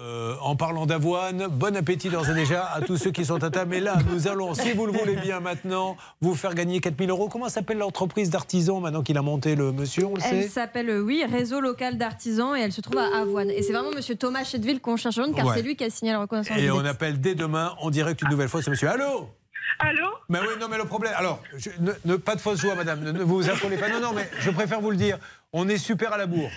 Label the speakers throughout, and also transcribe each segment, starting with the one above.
Speaker 1: Euh, en parlant d'avoine, bon appétit d'ores et déjà à tous ceux qui sont à table. Mais là, nous allons, si vous le voulez bien maintenant, vous faire gagner 4000 euros. Comment s'appelle l'entreprise d'artisans maintenant qu'il a monté le monsieur On le
Speaker 2: Elle
Speaker 1: sait
Speaker 2: s'appelle, euh, oui, Réseau Local d'Artisans et elle se trouve à Avoine. Et c'est vraiment monsieur Thomas Chetteville qu'on cherche aujourd'hui car
Speaker 1: Ouais.
Speaker 2: c'est lui qui a signé la reconnaissance.
Speaker 1: Et
Speaker 2: des
Speaker 1: on
Speaker 2: dettes.
Speaker 1: appelle dès demain en direct une nouvelle fois ce monsieur. Allô
Speaker 3: Allô
Speaker 1: Mais oui, non, mais le problème. Alors, je- ne, ne- pas de fausse joie, madame. Ne, ne vous affolez pas. Non, non, mais je préfère vous le dire. On est super à la bourre.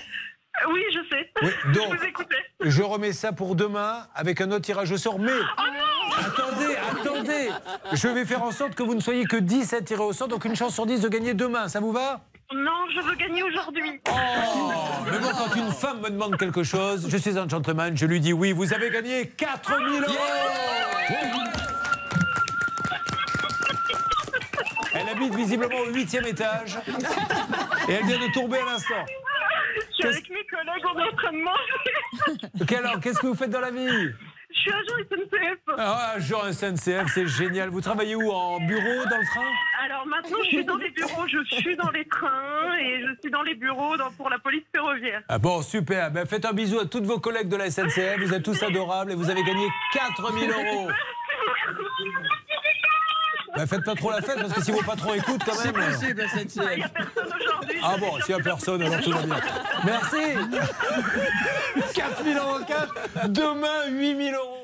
Speaker 3: Euh, Oui, je sais.
Speaker 1: Oui, donc-
Speaker 3: Je vous écoutais.
Speaker 1: Je remets ça pour demain avec un autre tirage au sort. Mais
Speaker 3: Oh non
Speaker 1: attendez, attendez. Je vais faire en sorte que vous ne soyez que 10 à tirer au sort, donc une chance sur 10 de gagner demain. Ça vous va
Speaker 3: Non, je veux gagner aujourd'hui.
Speaker 1: Mais moi, quand une femme me demande quelque chose, je suis un gentleman, je lui dis oui, vous avez gagné 4000 euros Elle habite visiblement au huitième étage et elle vient de tomber à l'instant.
Speaker 3: Je suis avec mes collègues en entraînement.
Speaker 1: Ok, alors, qu'est-ce que vous faites dans la vie
Speaker 3: je suis agent SNCF.
Speaker 1: Ah, genre un SNCF, c'est génial. Vous travaillez où En bureau, dans le train
Speaker 3: Alors maintenant, je suis dans les bureaux, je suis dans les trains et je suis dans les bureaux dans- pour la police ferroviaire.
Speaker 1: Ah bon, super. Ben, faites un bisou à toutes vos collègues de la SNCF. Vous êtes tous adorables et vous avez gagné 4000 euros. Ben, faites pas trop la fête parce que si vos patrons écoutent quand même.
Speaker 3: Il n'y a personne aujourd'hui.
Speaker 1: Ah bon, s'il n'y a personne, alors tout va bien. Merci 4000 euros 4, demain 8000 euros